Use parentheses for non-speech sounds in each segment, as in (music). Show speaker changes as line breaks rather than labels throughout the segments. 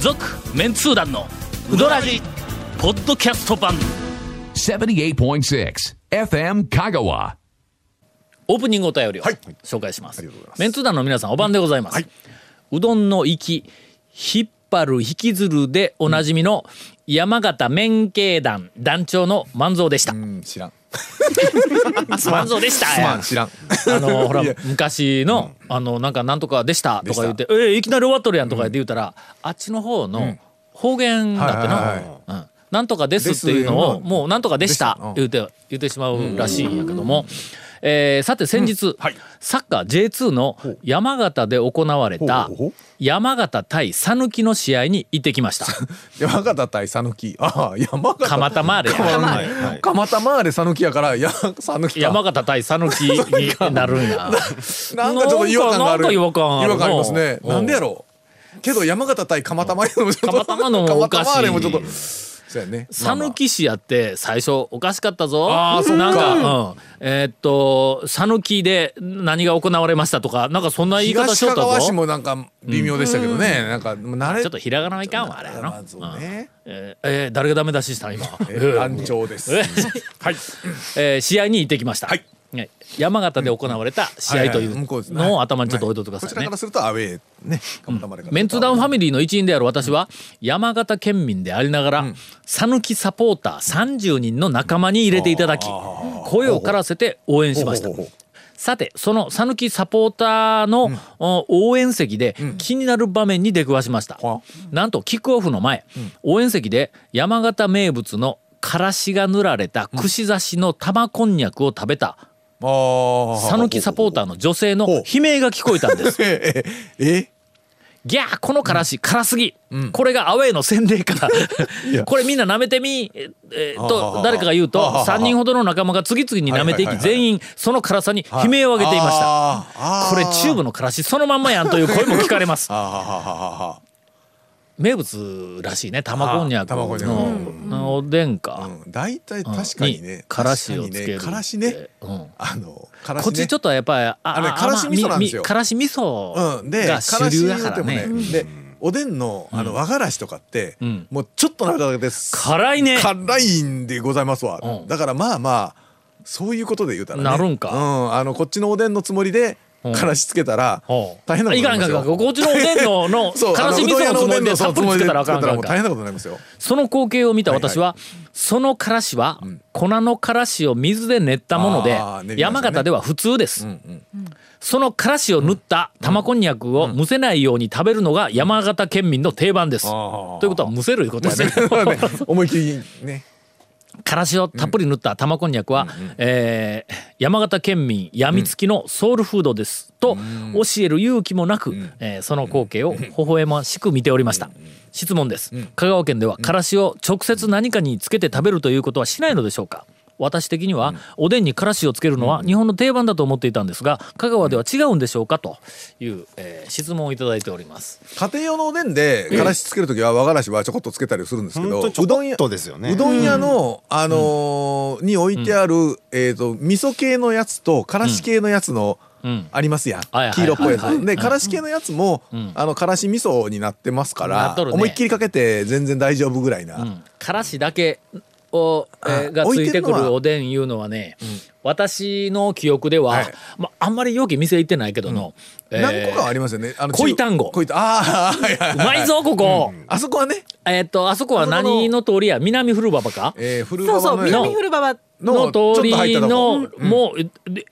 続メンツー団のウドラジポッドキャスト版
78.6 FM Kagawa.
オープニングお便りを
はい
紹介します,、
ありがとうございます
メンツー団の皆さんお晩でございます、うどんの息引っ張る引きずるでおなじみの山形麺系団団長の万蔵でした、
うん、知らん。
万蔵でした
すまん、知らん。
あのほら
(laughs) いや
昔の、あのなんかなんとかでしたとか言って「えーいきなり終わっとるやん」とか言って言うたら、あっちの方の方言だって
はいはい
のうん「なんとかです」っていうのを
です
もう「なんとかでした」言うて言ってしまうらしいんやけども、えーさて先日、サッカー J2 の山形で行われた
ほうほうほう
山形対讃岐の試合に行ってきました。
山形対讃岐。ああ、山形。
蒲田マーレや
蒲
は
田蒲田マーレ讃岐やから、や、讃岐か。
山形対讃岐になるん
(laughs)
や。
なんかちょっと違和感がある。
なんか違和感ある
違和ありますね。
うん
なんでやろう。けど山形対蒲田マーレもちょっと。
蒲田マーレもおかしい
蒲田マーレもちょっと。そうやね。
讃岐市やって最初おかしかったぞ。
あーそっか
なんか、うん、えーっと讃岐で何が行われましたとかなんかそんな言い方し
東
よっ
か
た
がわ市
ぞ。
もなんか微妙でしたけどね。なんか慣れ
ちょっとひらがなはいかんわあれや
ま
な
あ。そうね。
えーえー誰がダメ出ししたん今。(laughs)
え団長です。
え
は
ー
い。
えー試合に行ってきました。
はい
ね山形で行われた試合とい
はは向こです
う
ね
のを頭にちょっと置いといてくだ
こ
さ
ちら
いね
から。するとアウェーね。蒲田マーレから
メンツーダウンファミリーの一員である私は山形県民でありながら讃岐、サポーター30人の仲間に入れていただき声をからせて応援しました
ほうほうほう
さてその讃岐サポーターの、お応援席で気になる場面に出くわしました、
は
なんとキックオフの前、応援席で山形名物のからしが塗られた串刺しの玉こんにゃくを食べた
ああ。
讃岐サポーターの女性の
ほう
悲鳴が聞こえたんです
(laughs) えええ
ギャーこのからし、辛すぎ、これがアウェーの洗礼
(laughs)
かこれみんな舐めてみええー
はあは
と
あ
誰かが言うと
はあはあ
3人ほどの仲間が次々に舐めてい
は
き
いはいはいはい
全員その辛さに (laughs) 悲鳴を上げていました
た
これチューブのからしそのまんまやんという声も聞かれます
(laughs) あはははは
名物らしいね玉こんにゃく
玉こんにゃくう
のおでんか
うん、大体確かに
に
ね。
からしをつける
確かにねからしね。
うん
あの、からし、ね。
こっちちょっとやっぱりあ
あれからし味噌なんで
甘み
すよ
みからし味噌
うん、で、
が主流だか
言う
ら
ても
ね
で、おでんの、あの、和がらしとかって、
ん
もうちょっとの中です。
辛いね
辛いんでございますわ。
うん
だから、まあまあ。そういうことで言うたら、ね。
なるんか
うん、あの、こっちのおでんのつもりで、
うん
からしつけたら、
ほう
大変なことに
い
な
かん
り
い
ま
か
す
んい
よ
かんこっちのおでんのの
(laughs) そう、
からし味噌のつもりでたっぷりつけたらあかん
あ
か
の
ん
うどん屋のおでんのそうつもりで作ったらもう
か
大
ん
変なことになりますよ。
その光景を見た私は、
は
そのからしは、粉のからしを水で練ったもので、
あー練りましたね
山形では普通です、
うんうん
そのからしを塗った玉こんにゃくをむせないように食べるのが山形県民の定番です、
あー
ということはむせるいうことやね
(laughs) 思いっきりね。
からしをたっぷり塗った玉こんにゃくは、えー山形県民やみつきのソウルフードです、と教える勇気もなく、えーその光景を微笑ましく見ておりました、質問です、香川県ではからしを直接何かにつけて食べるということはしないのでしょうか私的にはおでんにからしをつけるのは日本の定番だと思っていたんですが香川では違うんでしょうかという、えー質問をいただいております
家庭用のおでんでからしつけるときは和がらしはちょこっとつけたりするんですけど、
ほんとちょこっと
うどん屋
ですよね
うどん屋の、あのーに置いてある、えっ、と味噌系のやつとからし系のやつの、
うん
ありますやん、
はいはいはい
黄色っぽいやつ、
はいはい
でからし系のやつも、
ん
あのからし味噌になってますか
な
ら
っ、とるね
思いっきりかけて全然大丈夫ぐらいな、
うんからしだけを、えー
あ
がついてく
置いてる
る
のは
おでんいうのはね、私の記憶では、
はい
まあんまりよく店行ってないけどの、えー
何個かはありますよねあの
恋単語
恋単あーはいはいはいう
まいぞここ、
あそこはね、
えーっとあそこは何の通りや南古馬場か
えー、古
そう
馬
そ
場
う、
の
南古場は。
の通り
ちょっと入ったとこ
のもう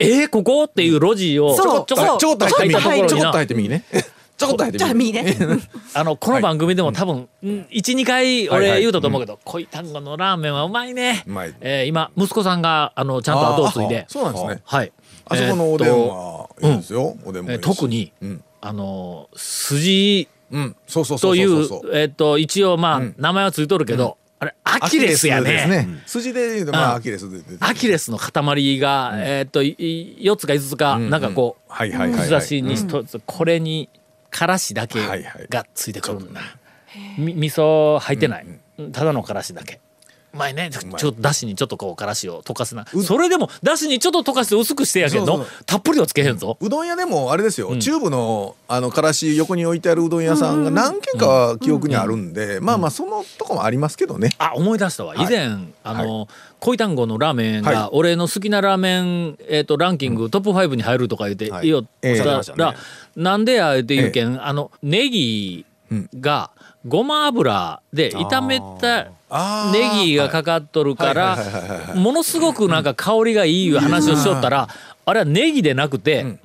えーここっていう路地を
んそう
ちょ
そ
こ
う
ちょこっと入って
ちょこっと入
右
った
ちょこ
(laughs)
っと入って右ねちょこっと入って
じゃあ、
右
右ね。
あのこの番組でも多分12回
はいは
俺
い
言うたと思うけど恋単語のラーメンはうまいね
うまい
えー今息子さんがあのちゃんと後を継いで
あそうなんですね
はい
あそこのおでん
えーっと
はいいですよ、おでんもい
え
い
ー
し
特に、
うん
あのー筋
うんそうそうそ
と
う
い
そう
う
そう
えーっと一応まあ、
ん
名前はついとるけど、あれアキレスや
です
ね。
筋で言うとまあアキレスで出てる
アキレスの塊が、えーっといい四つか五つか、なんかこう
はいはいはいはい
串刺しに一つ、これにからしだけ
はいはい
がついてくるんだ、み味噌入ってない、ただのからしだけまいねち
うまい
ょっとだしにちょっとこうからしを溶かすな
う
それでもだしにちょっと溶かして薄くしてやけど
そうそうそ
たっぷりはつけへんぞ、
うどん屋でもあれですよ、チューブのあのからし横に置いてあるうどん屋さんが何軒かは記憶にあるんで、まあまあそのとこもありますけどね、
あ思い出したわ以
はい
前、あの恋単語のラーメンが、
はい
俺の好きなラーメン、えー、とランキング、トップ5に入るとか言って、
はい
い、いよ
ええ
そした
おっしゃってま
ら、
し
なんでやって言うけん、あのネギがごま油で炒めた
あー
ネギがかかっとるから
はいはいはいはいはい
ものすごくなんか香りがいいいう話をしとったらあれはネギでなくて、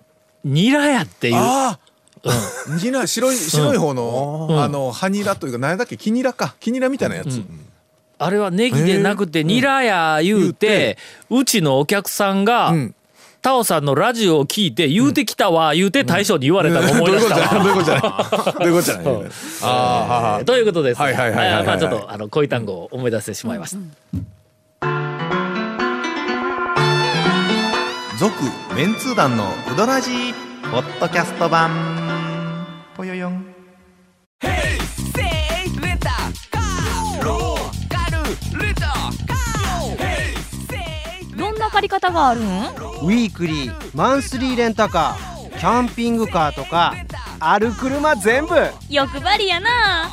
ニラやっていう
ああ、ニラ (laughs) 白い白い方の、あのハニラというか何だっけキニラかキニラみたいなやつ、
あれはネギでなくてニラや言うて、うちのお客さんが、
ん
タオさんのラジオを聞いて言うてきたわ言うて大将に言われたの思い出したわ。
どういうことじゃない (laughs) どういうことじゃないどういうことじゃないあーは
ということです。
はいはいはいはいはい
あまあちょっとあの恋単語を思い出してしまいました。
「続・メンツー団のウドラジー」ポッドキャスト版ぽよよん
どんな借り方があるん
ウィークリーマンスリーレンタカーキャンピングカーとかある車全部
欲張りやな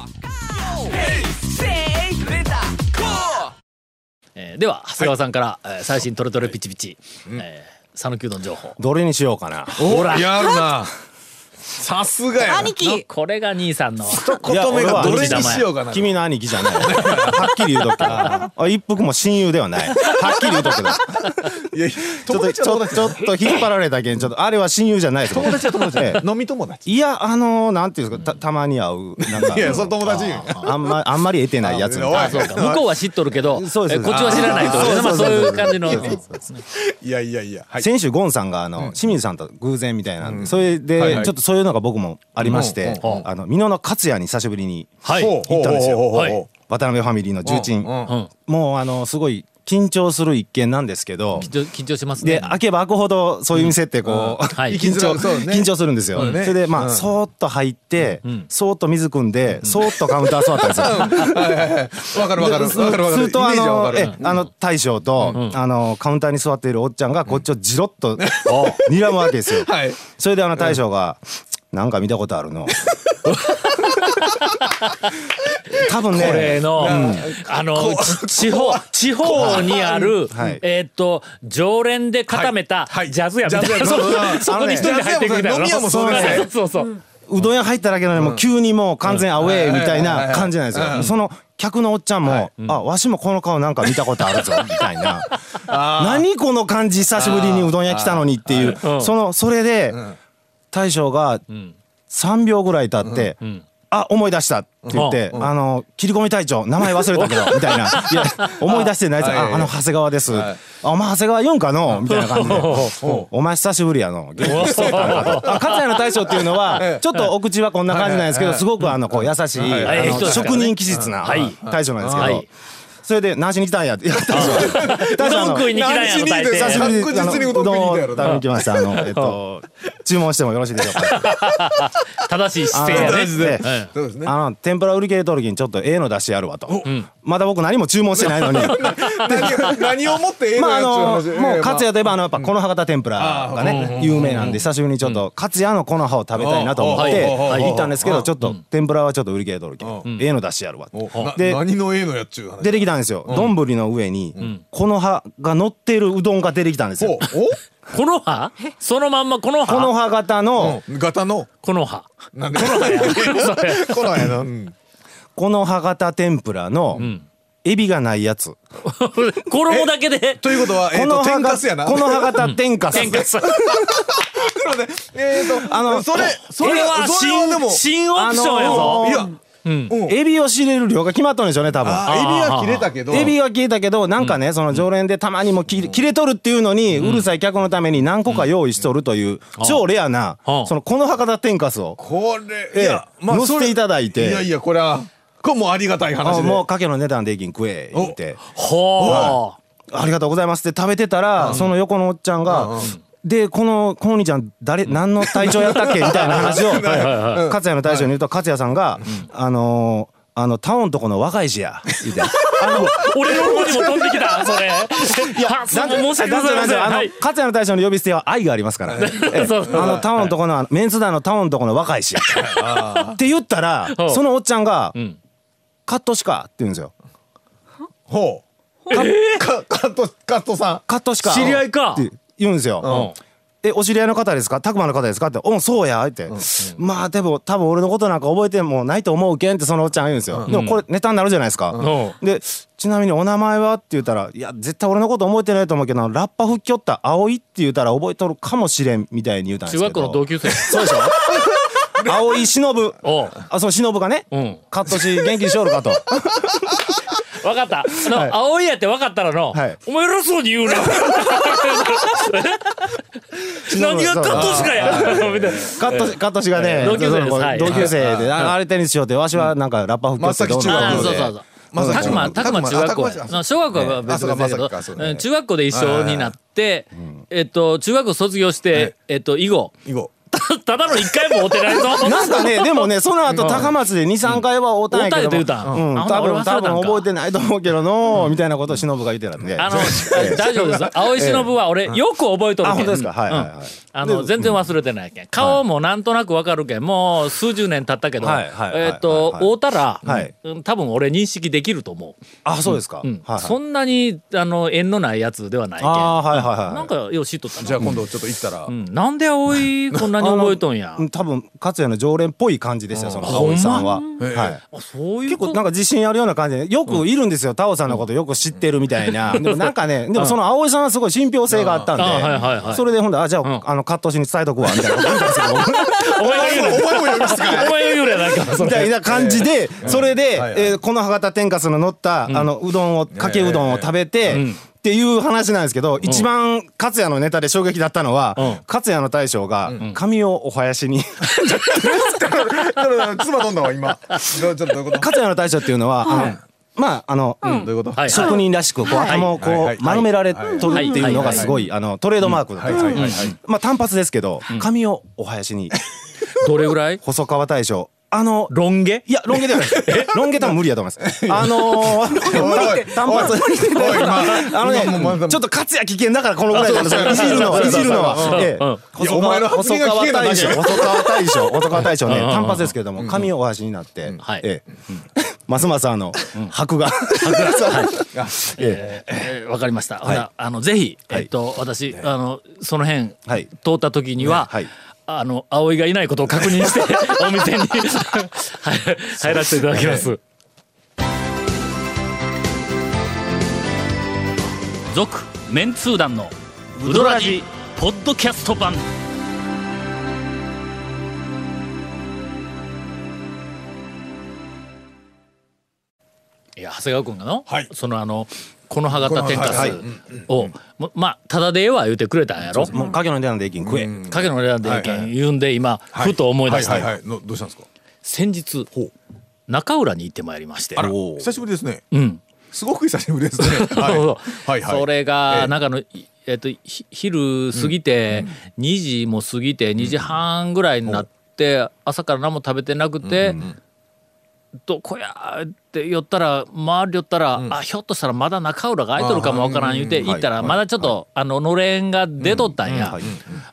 えーでは長谷川さんから、えー最新トレトレピチピチ、えー、讃岐うどん情報。
どれにしようかな。
いほらやるなさすがやな
兄貴
これが兄さんの。
言目がどれにしようかな
君の兄貴じゃない。はっきり言うとくけどあ一服も親友ではない。はっきり言うとくけど
いやいや
ちょっ
友
と
達
ち
は
ょ
友
っとちょっと引っ張られたけんちょっとあれは親友じゃないです。友達は友達。
達飲み友達
いやあのー、なんていうんですかたたまに会うなんか
いやそれ友達やん
あんまあんまり得てないやつみたいな
あおい
そうか向こうは知っとるけど、え
そうです
ーこっちは知らないというね、
あー
まあ
そ
そうう
そう
い
そう
う感じの。
いやいやいやはい
先週ゴンさんがあの清水さんと偶然みたいなんで、それで、
はいはい
ちょっとそういうのが僕もありまして、
うんうん
あの美濃の勝也に久しぶりに
はい。
ほう
行ったんですよ
ほうほうほう
はい
ほ
渡辺ファミリーの重鎮、
ううん
うん。
もうあのすごい緊張する一件なんですけど、
緊張緊張しますね。
で開けば開くほどそういう店ってこう、
うんはい
(laughs) 緊張
そうね
緊張するんですよ、
そうね
それでまあ、
うん
そーっと入って、
ん
そーっと水汲んで、そーっとカウンター座ったんですよ。
わかる (laughs) わかる
す
わかるわか
す
る
るとあ
イメージはわ
の
かる
えあの大将と、あのカウンターに座っているおっちゃんがこっちをじろっと (laughs) 睨むわけで
(laughs)
すよ。
はい
それであの大将が「なんか見たことあ
(laughs)
るの」多分ね
これの、あのち地方地方にある、
はい
えーっと常連で固めた
はいはい
ジャズ屋みたいな、
ジャズ屋
(laughs) そう
うんうん
そこに一人で入っていくみたいな
ジャズ屋もそう飲み屋もそうですね
そうそうそう
うどん屋入っただけなのにもう急にもう完全アウェーみたいな感じなんです
うん
よ。その客のおっちゃんも「あわしもこの顔なんか見たことあるぞ」みたい (laughs) な「何この感じ久しぶりにうどん屋来たのに」っていう
うん
そのそれで大将が3秒ぐらい経って「あ思い出した」って言って「あの切り込み隊長名前忘れたけど」みたいな「い (laughs) や思い出してないです
はいはい
ああの長谷川です」
はい
あ「お前長谷川言うんかの?」みたいな感じで「 (laughs) お前久しぶりやの」
(laughs)
あ勝谷の大将っていう
(laughs)
のはちょっとお口はこんな感じなんですけどすごくあのこう優しい
はい
あの
人ですからね
職人気質な
はい
大将なんです
は
け
い
ど。それで何しに来たんや (laughs) っていや大将大
う (laughs)
将
ど
あ
ん
の
食いに来たんやろ大
何しに行って
抵
さすが
久しぶりにあの
確実にうどん食いに行ったやろ
うどんを食べに来ました
(laughs)
あのえっと注文してもよろしいでしょうか
正しい姿
あ
勢や
の
ね
で
そうですね
あの天ぷら売り切れとる時にちょっとええの出してやるわとまだ僕何も注文してないのに
(laughs)
何
(laughs)
を何をもってええの
まあ
や
あ
っちゅう話
のもう
ええまあ
勝也といえばあのやっぱこの葉型天ぷらがね有名なんで久しぶりにちょっと勝也のこの葉を食べたいなと思って
うんはい
行ったんですけどちょっと天ぷらはちょっと売り切れとるけんええの出してやるわ
おな
で
何のええのやっちゅう話
出てきたんですよ丼の上にこの葉が乗ってるうどんが出てきたんです
ほう
よ
この葉そのまんまこの葉
この葉型 (laughs) の
お型の
この葉
なんでこの (laughs) このやなうん
この葉型天ぷらのエビがないやつ
(laughs) 衣だけで
ということはえっ
の
と
葉
天かすや
が
な
この葉型天
(laughs)
かす
天かす
えーと
あの
それそ
こ
れ
れは
それはでも
新新オプションやぞ、
いやうん
エビを仕入れる量が決まったんでしょうね多分
あエビは切れたけど
エビは消えたけどなんかねその常連でたまにも切れ切れとるっていうのにうるさい客のために何個か用意しとるという超レアな
あ
そのこの博多天かすを
これ
ええ
いやまあ
乗せ
そ
て
れ
いただいて
いやいやこれはこれもうありがたい話
あ
で
もうかけの値段でいきん食え言って
ほ
ありがとうございますって食べてたらその横のおっちゃんがでこのこの兄ちゃん誰何の隊長やったっ (laughs) けみたいな話を (laughs) 勝也の大将に言うと勝也さんがあのーあのタオんとこの若いしや言うて
俺の方にも飛んでき
(laughs)
たそれいや
な
そ
ん
う申し訳ございません
あの、
はい
勝谷の大将の呼び捨ては愛がありますから。ええ
(laughs) そうそう
あの、タオンとこの、あのメンツ団のタオンとこの若いし。って言ったら
ほう、
そのおっちゃんが
ん、
カットしかって言うんですよ。
ほうかかカットカットさ
カットしか。
知り合いか
って言うんですよ。え、お知り合いの方ですか、たくまの方ですかって、うん、そうやって。まあ、でも、多分俺のことなんか覚えてもないと思うけんって、そのおっちゃんが言うんですよ。でも、これネタになるじゃないですか。
う
でちなみにお名前はって言ったら「いや絶対俺のこと覚えてないと思うけどラッパ吹きよった葵」って言ったら覚えとるかもしれんみたいに言うたんです
中
けど
学校の同級
(laughs)
生
そうで (laughs) しょ葵忍
おう
あその忍がね、
うん
カットし元気にしよるかと
わかったの、青いやってわかったらの、
はい
お前偉そうに言うな何やったんとしかやみたいな
カットしカットしがね
同級生です
その
はい
同級生で「ああれテニスしよう」って「わしはなんかラッパ吹きよってどう
ま
な
あ
さ
の
ー
き
そ
中
うそうそうたくまたくま中学
学校まさき
校
あたくま
や小学校は
ねあ
別
そう
々だ
か
け
まさきかそ
ど、
うだね
うん中学校で一緒になって、えっと中学校卒業して、
はい
えっと以後
以後
たただの一回も会うてないぞ
なんかねでもねその後高松で23回は会うたんや
会うたんや
けども
と言うたん
うん
あほな
多
俺忘れ
分
た
多
んか
分覚えてないと思うけどのみたいなことを忍が言ってたんで
あの大丈夫です葵忍は俺よく覚えとるけん
あ本当ですかはいはいはい
うんあの全然忘れてないけん顔もなんとなくわかるけんもう数十年経ったけど
はいはいはい
えっと
はい
会うたら
はい
うん多分俺認識できると思
あそうですか、
ううん
はいはい
そんなにあの縁のないやつではないけん
あーはいはいはい
なんかよう知っとったな
じゃあ今度ちょっと行ったら
うんなんで葵こんなに覚えとんや
う。ん多分勝也の常連っぽい感じでしたよその
うん
葵さんは、
ま
はい
あそういう
結
こと
構なんか自信あるような感じでよくいるんですよ、タオさんのことよく知ってるみたいな、でもなんかねでもその葵さんはすごい信憑性があったんで、
あはいはいはい
それでほんであじゃあ,、
ん
あのカットしに伝えとくわみたいなこと言ったんですけど僕
お前が言うね (laughs) お前が言うねなん
(laughs)
かそ
み
れ
たいな感じで、それで、
はいはい
えーこの博多天かすの乗った、あのうどんをかけうどんを食べて、
うん
っていう話なんですけど、一番勝也のネタで衝撃だったのは、
うん
勝也の大将が髪をお囃子に
妻飲んだわ今どうちょっとどういうこと
勝谷の大将っていうのは、あのまああの、
どういうこと
はい
職人らしくこう、頭をこう、
はいはい
丸められとるっていうのがすごい、あのトレードマークだったんですよ、まあ単発ですけど、髪をお囃子に
どれぐらい
細川大将あの
ロン毛
いやロン毛
(laughs)
ではないですロン毛多分無理やと思いますあの
おい
ー、単発あのね
今もうまだ
ちょっと勝也危険だからこのぐらいなんです
あ
よい
そう
じ
そう
るの
そ
そうそう
うそう
はいじるのはええ
いや
細
お前の
川
発言が危険なだ
大
け
将
や
細川大将細川大将ね
うんうんうん
単発ですけれども髪をお箸になって
はい
ええますますあの箔が
えーえーわかりました。ほなあのぜひえっと私あのその辺
はい
通った時には
ねはい
あの葵がいないことを確認して
(laughs)
お店にはい入らせていただきます。続メンツー団のウドラジポッドキャスト版。いや長谷川君がの、
はい
そのあのこの歯型天かすを、もまあただでええわ言うてくれたんやろ
もう影の値段でいきん食え
影の値段でええけ
はいは
ん言うんで今、ふと思い出した、
はいはいはいのどうしたんですか
先日中浦に行ってまいりまして
あら
おー
久しぶりですね
うん
すごく久しぶりですねはい
(laughs) そう
はいはい
それ
え
が
え
中の、いえっとひ昼過ぎて、2時も過ぎて2時半ぐらいになって、朝から何も食べてなくて、どこやーって寄ったら回り寄ったら、あひょっとしたらまだ中浦が空いとるかもわからん言うて
うん
行ったら、
はい
まだちょっと、あののれんが出とったんや、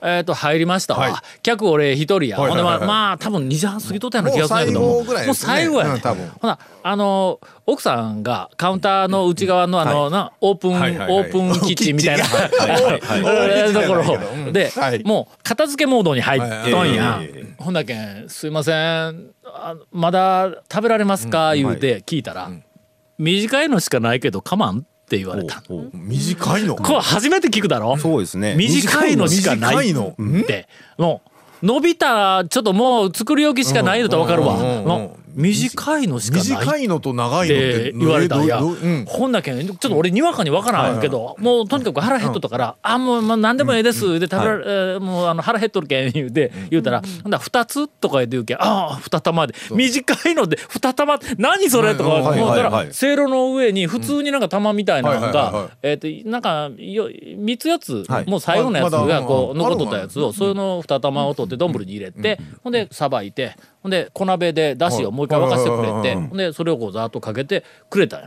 えっ、と入りましたわ、
はい
客俺一人や、
はいはいは
ほん
いはい
でまあまあ多分2時半過ぎとったような気がするんやけど
もう最後ぐらい
も
で
う
すね
最後やね、
うん多分
ほなあの奥さんがカウンターの内側のあの、なオープン、
はいはいはい
オープンキッチンみ
(laughs)
たいな
キッチンがはいはいはい
えーとこ
オープンキッチンじゃないけどう
ろ
ん
で、
はい
もう片付けモードに入っとんや
はいはい
ほんだけん「すいませんあまだ食べられますか?」言うて聞いたら「短いのしかないけどかまん」って言われたこ
短いの
れ初めて聞くだろ
そうですね
短いのしかな
短
い
い
っ
の
ての伸びたちょっともう作り置きしかないのと分かるわ
うんうんうんうん
の短いのしかない
短いのと長
っ
いのってて
言われたんや、
どうどううん
ほんだけんちょっと俺にわかにわからんけど、もうとにかく腹減っとったから「あもう、まあ、何でもええです」で食べられ、えーもうあの腹減っとるけん言うて言うたら「ほんだら2つ」とか言うて言うけん「ああ2玉で短いので2玉何それ?」とか思
はいはいうはい
たらせいろの上に普通になんか玉みたいなの
うんはいはいはいは
が
い
えーとなんかよ3つ4つ、
はい
もう最後のやつ
ま
が
だ
こう
まだ
残っとったやつをそれの2玉を取って丼に入れてほんでさばいてほんで小鍋でだしをもう一回沸かしてくれ
はい
てほんでそれをこうざーっとかけてくれたんや。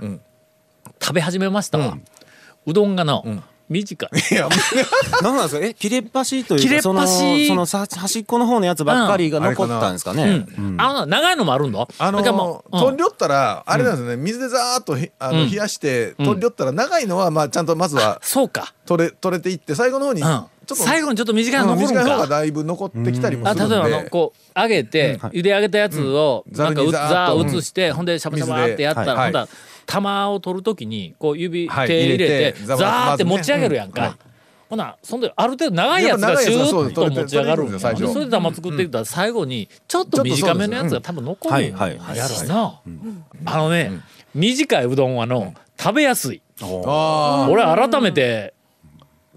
食べ始めましたわ、うどんがな、短い
いやも
なんなんですかえ切れっ端というか
切れっ端
そのそのさ端っこの方のやつばっかりが残ったんですかね、
(laughs) うんあの長いのもあるんだ
あの
だからもううん
取り寄ったらあれなんですよね水でザーッとひあの
うん
冷やして取り寄ったら長いのはまあちゃんとまずは
そうか、
取れ取れていって最後の方に
う
ち
ん
ょっと
最後にちょっと短い
うん
の残る
短
ん
い方が
か
だいぶ残ってきたりも
あ
す
例
る
え
んで
ばあのこう揚げて、茹で上げたやつを
うん
なんかう
ざるに
ざ
ざーっと
移して、ほんでシャバシャバーってやったら、
水ではい
ほんだら玉を取るときにこう指、
はい
手入れて
入れてざば
ザーって
まずね
持ち上げるやんか、
うんはい
ほなそんである程度長いやつ
やっ
が
ぱ長
シ
い
ュ
やつはそう
ーッ
です
と持ち上がるん
取れてるんです
だ
よ最初
それで玉作っていったら最後にちょっと短めのやつが多分残るんや
はいはい
やろな、あのね、短いうどんはの食べやすい
あー
俺改めて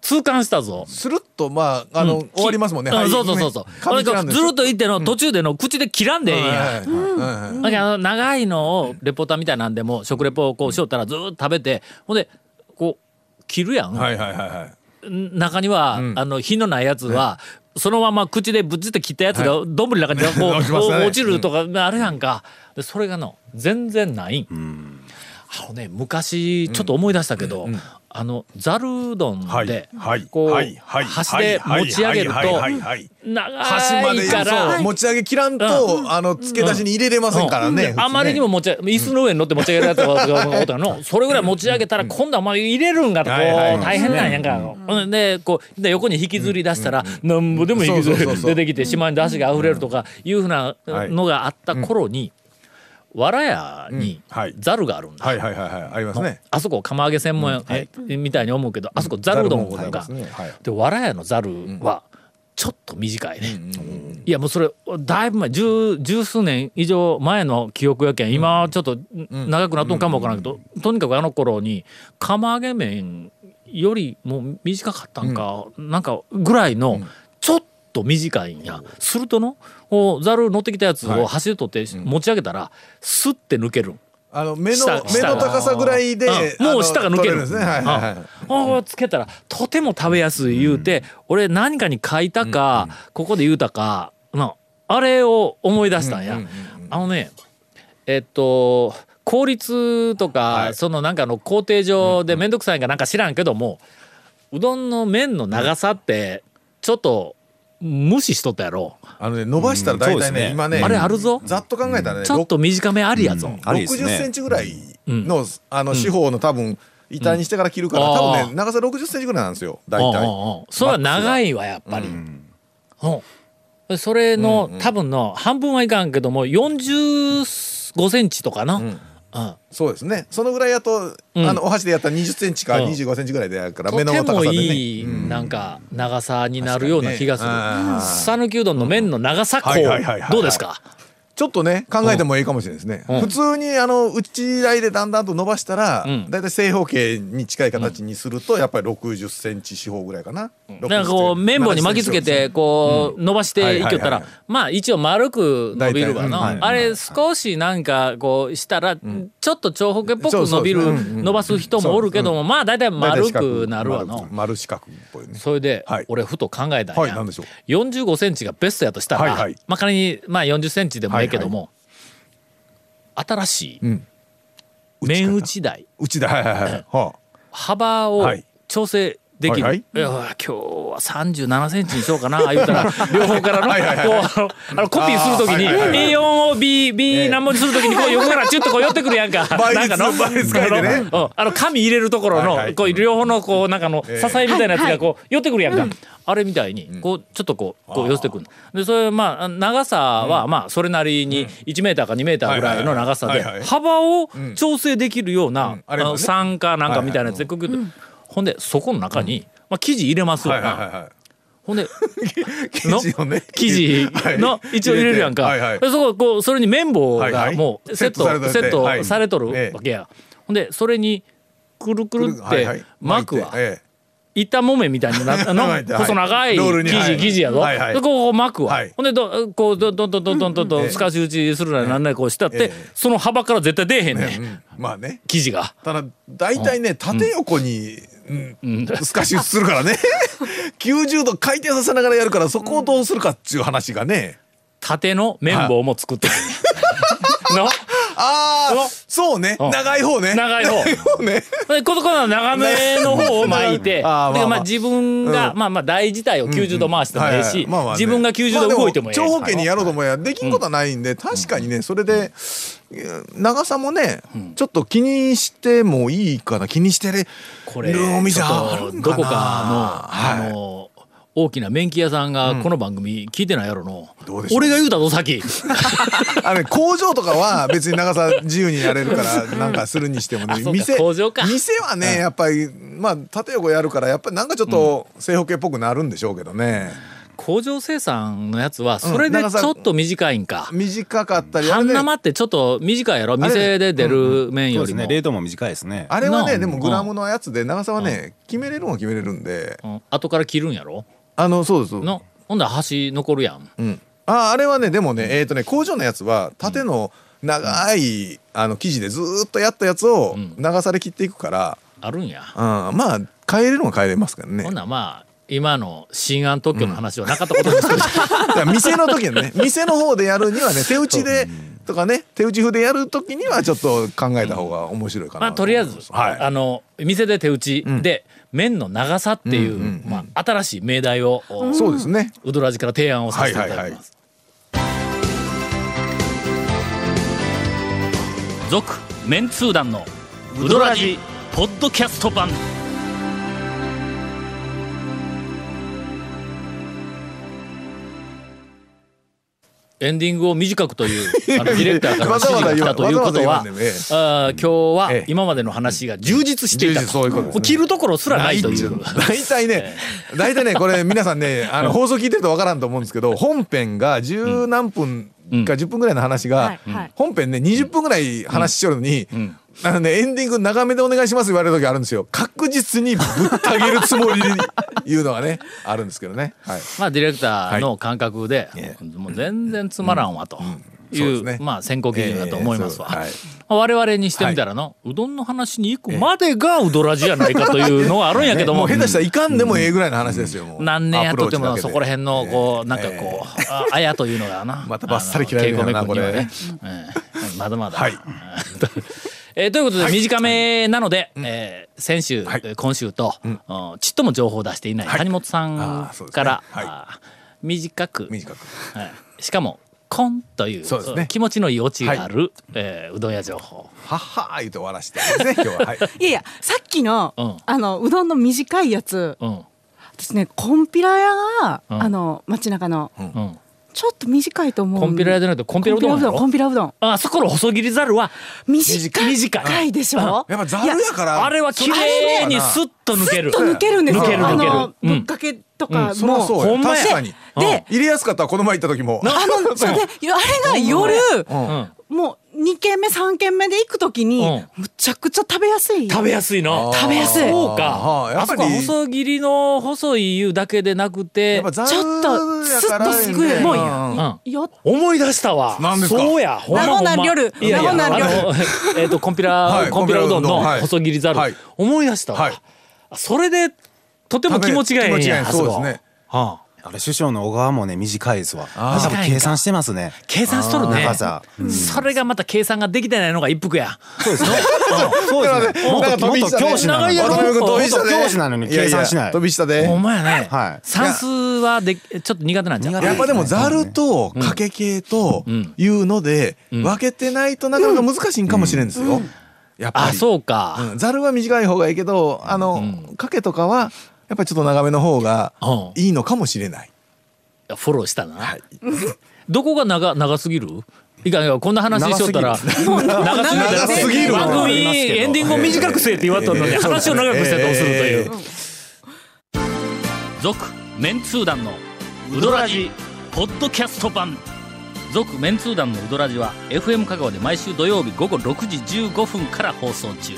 痛感したぞ
スルッとまああの終わりますもんね
う
はい
そうそうそうそう
噛み切ら
なんん
で
かずるっといっての途中での口で切らんでええん
はい
や
はいはいはい
だからあの長いのをレポーターみたいなんでも食レポをこうしよったらずーっと食べてほんでこう切るやん、
はいはいはいはい
中には、あの火のないやつは、そのまま口でぶっちって切ったやつが丼の中に
(laughs)
こう
落ちますね
落ちるとかあるやんか、でそれがの全然ないんあのね昔ちょっと思い出したけど、あのざるうどんで、
はいはい
こう、
はいはい
端で持ち上げると
はいはいはいはい端
長
まで
いから
そう持ち上げきらんとあの付け出しに入れれませんからね
であまりにも持ち上げ椅子の上に乗って持ち上げるやつがおったのそれぐらい持ち上げたら今度はまあ入れるんがこう
はいはい
大変なんやんかほんでこうで横に引きずり出したらなんぼでも引きず
そうそうそう
り
そ
出
う
てきてしまいに出汁が溢れるとかいうふうなのがあった頃にわらやに
うんはい
ざるがあるんだ
はいはいはいはいありますね
あそこ釜揚げ専門えみたいに思うけどあそこざるうどんを
ざるうどん
が
ありますねはい
でわらやのざるはちょっと短いね、いやもうそれだいぶ前十十数年以上前の記憶やけん今はちょっと長くなっとんかもわからんけど、とにかくあの頃に釜揚げ麺よりもう短かったんか、なんかぐらいのちょっと短いんや、するとのこうざる乗ってきたやつを箸で取って持ち上げたらスッて抜けるん
あの目の
下
目
下が
の高さぐらいで
うんもう
あの
下が抜け
取
る
れんですねはいはいはい
ああつけたらとても食べやすい言うて、俺何かに書いたか、ここで言うたかなあれを思い出したんや、あのねえっと効率とか、そのなんかの工程上で面倒くさいんかなんか知らんけども、うどんの麺の長さってちょっと無視しとったやろ、
あのね伸ばしたら大体ね
うん
今ね
あれあるぞ、
ざっと考えたらね
ちょっと短めありやぞ、
ありです
60
ね
センチぐらいのあの四方の多分板にしてから切るから
うん
多分
あー
ね長さ60センチぐらいなんですよ
うん
大
うん
体
うんそれは長いわやっぱり、うんそれの、多分の半分はいかんけども45センチとかな、うん
そうですねそのぐらいやと
ん
あのお箸でやったら20センチか
うん
25センチぐらいでやるから
と
目の
て
高
も
さでね
いい、なんか長さになるような気がする
確かにねあー
讃岐、うどんの麺の長さこ
はいはいはいはいう
どうですか
ちょっとね考えてもいいかもしれないですね、
うん
普通にあの打ち合いでだんだんと伸ばしたら、
うん
だいたい正方形に近い形にするとやっぱり60センチ四方ぐらいかな、
なんかこう綿棒に巻きつけてこう伸ばしていきよった
はいはいはい
ら
はい
まあ一応丸く伸びるわ
大体うん
なあれ少しなんかこうしたらちょっと長方形っぽく伸び
そうそうですね
る伸ばす人もおるけどもまあ大体丸くなるわ
な
な
丸四角っぽいね
それで
はい
俺ふと考えたん
はい
や
何でしょう
45センチがベストやとしたら
はいはい
まあ仮にまあ40センチでもいいけども新しい
うん
面打ち台
うちだはいはいはい、
(laughs)
は
幅を
はい
調整できる、
はいい
や今日は37センチにしようかな言う
(laughs)
たら両方からの
はいはいはい
こうあのコピーするときに
あーはいはいはい
A4 を BB 何文字するときにこう横からチュッとこう寄ってくるやんか
(laughs) 倍率
の
倍率書いてね
あのうんあの紙入れるところの、
はいはい
こう両方のこうなんかの支え
え
みたいなやつがこう寄ってくるやんか、あれみたいにこうちょっとこうこう寄せてくるでそれまあ長さはまあそれなりに1メーターか2メーターぐらいの長さ
は
で
いはいはい
幅を調整できるような、
ありますよね
あの酸化なんかみたいなやつでククッと、ほんでそこの中に、まあ、生地入れます
い
わ
は
な、
いはいはい
ほん
(laughs)
で
生地をね
生地の
はい
一応入れるやんか、
はいはい
でそここうそれに綿棒
はいは
が
い
もうセット,、
セットされてて
セッ
は
ト
い
されとる
ええ
わけや、ほんでそれにくるくるっ
はいはい
て巻くわ、
巻いてえ
板もめみたいになったの
巻い (laughs) てはい
細長い
ロー
生
ルには
地
い
生地やぞ、
はいはい
でこう巻くわ、
はい
ほんでどこうどんどんどんどんどんどん
え
ど
え
ん透かし打ちするなりなんなりこうしたって、
ええ
その幅から絶対出えへんね
え
ん、
うんまあね
生地が。
ただ大体ね縦横に、うん、透かしするからね (laughs) 90度回転させながらやるからそこをどうするかっていう話がね、 (laughs)
縦の綿棒も作ってる、の
ああそうね
うん
長い方ね
長い方
方
(laughs)
ね
でこのこの長めの方を巻いて
あーまあまあ
でまあ自分が、まあまあ台自体を90度回してもええし、
まあまあね
自分が90度動いてもええ、
まあで長方形にやろうと思えばできんことはないんで、確かにねそれで、長さもね、ちょっと気にしてもいいかな気にしてる
これ
お店
ちょっ
あ
と
るんかな
どこかの,、
はい
あの大きな免許屋さんがこの番組聞いてないやろの、
どうでしょう
俺が言うたぞ先
(laughs) あのね工場とかは別に長さ自由にやれ
(laughs)
るからなんかするにしても
あそ
ね
うか
店
工場か
店はねやっぱりまあ縦横やるからやっぱりなんかちょっと正方形っぽくなるんでしょうけどね
工場生産のやつはそれでちょっと短いんか、
短かったりあ
半
れね
生ってちょっと短いやろ店で出る麺よ
そうで
り
す
も、
ね冷凍も短いですね
あれは
なあ
ねでもグラムのやつで長さはね決めれるのは決めれるんで
うん後から切るんやろ
あのそうですそうです
のほんだら端残るやん
うん、ああれはねでもね、えっ、とね工場のやつは縦の長い、あの生地でずーっとやったやつを
うん
長さで切っていくから、
あるんや、
うん、まあ変えれるのは変えれますからね
ほんならまあ今の新安特許の話はなかったこと
(laughs)
にする、
だから店の時のね店の方でやるにはね手打ちでとかね手打ち風でやる時にはちょっと考えた方が面白いか
ま
な、
あとりあえず、
はい
あの店で手打ちで麺の長さっていう、
うんうんうん
まあ、新しい命題を、
そうですね
ウドラジから提案をさせていただきます。続、メンツー団のウドラジポッドキャスト版。エンディングを短くと
(laughs)
いうあのディレクターからの指示が来たということは、
わざわざ言わんでもええ
あー今日は
ええ
今までの話が充実していた
充実そういうことですね
も切るところすらないという。
大体ね大体ねこれ皆さんねあの放送聞いてるとわからんと思うんですけど本編が十何分か10分ぐらいの話が
うんはいはい
本編ね20分ぐらい話しちょるのにあのねエンディング長めでお願いします言われる時あるんですよ確実にぶったげるつもりで言うのがねあるんですけどねはい
まあディレクターの感覚で、
え
もう全然つまらんわとい
そうで
う,、
すね
まあ選考基準だと思いますわ、
ええそうはい
まあ我々にしてみたらの、うどんの話に行くまでがうどらじやないかというのはあるんやけど
ね
も,、
う下手したらいかんでもええぐらいの話ですよもう
何年やっとっても
ア
な
プロ
そ
ーチだけで
こら辺のこうなんかこう、ああやというのがな
(laughs) またバッサリ切られるんやな
あの稽古目君にはね、うん (laughs) まだまだ、えーということで短めなので、えー先週、
はい
えー今週と、うんちっとも情報を出していない谷本さ
あ
ん
ーそうです
か
ね
ら、
はい
あー短く
短く
はいしかも「コン」という
そうですね
気持ちのいいオチがある、えーうどん屋情報
はっはー言うて終わらしてですね今
(laughs)
日ははい
いやいやさっきの,、
うん
あのうどんの短いやつ
うん
私ねコンピラ屋が、
うん
あの街中の
うん
ちょっと短いと思う
コンピラ屋じゃなくてコンピラうどんやろ
コンピラうどん
あそこの細切りざるは
短い
短い
でしょ
やっぱざるやから
あれは綺麗にスッと抜け
ちょ
る
っと抜けるんですよ
抜ける抜ける
あの、
うん
ぶっかけとか
そりゃ
も、
そう
ほ
よ
んまや
確かに
で
うん入れやすかったわこの前行った時も
あ
(laughs)
のそうであれが夜、
うん
もう2軒目3軒目で行くときに、
うん
むちゃくちゃ食べやすい
食べやすいの
あー
食べやすい
そうか
あーや
あ
っぱ
そ
り
こは細切りの細い湯だけでなくて
やっぱざる
ちょっと
や
ス
か
ッ
ら
とすくえ
ね
もう
うん
うん
よ
思い出したわ
何ですか
そうやほんまほんま
ラゴナリョル
いやいや
ラゴナリョル
あのえっ
(laughs)
とコンピラ、
はい
コンピラうどんの
コンピラうどんはい
細切りざる、
はい
思い出したわ、
はい
それでとても気持ちがいいんや
気持ちがいい
あこ
そうですね
はあ
あれ首相の小川もね短いですわ
あー
多分計算してますね
計算しとるね
長さ
それがまた計算ができてないのが一服や
そうですねそうですねもっ
なんか
とも
飛
っ
び
と
したね
教師なの
長
に
いやろ
渡辺君飛びしたね
元教師なのに計算しない
やや飛びしたで
ほんまやね、
はい
算数はでちょっと苦手なんじゃん
苦手
やっぱでもざると掛け系というので分けてないとなかなか難しいんかもしれんですよやっぱ
あ
り
そうか、
うんざるは短い方がいいけどあの掛けとかはやっぱりちょっと長めの方が
うん
いいのかもしれない
フォローしたな、どこが長長すぎるいかんよこんな話しとったら長
長
すぎる
長すぎるわ
番組エンディングを短くせえって言われたのに
ええ
(laughs) 話を長くしてどうすると
え
い
え
う続メンツー団のウドラジポッドキャスト版続メンツー団のウドラジは FM 香川で毎週土曜日午後6時15分から放送中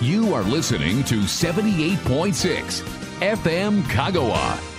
You are listening to 78.6 FM Kagawa.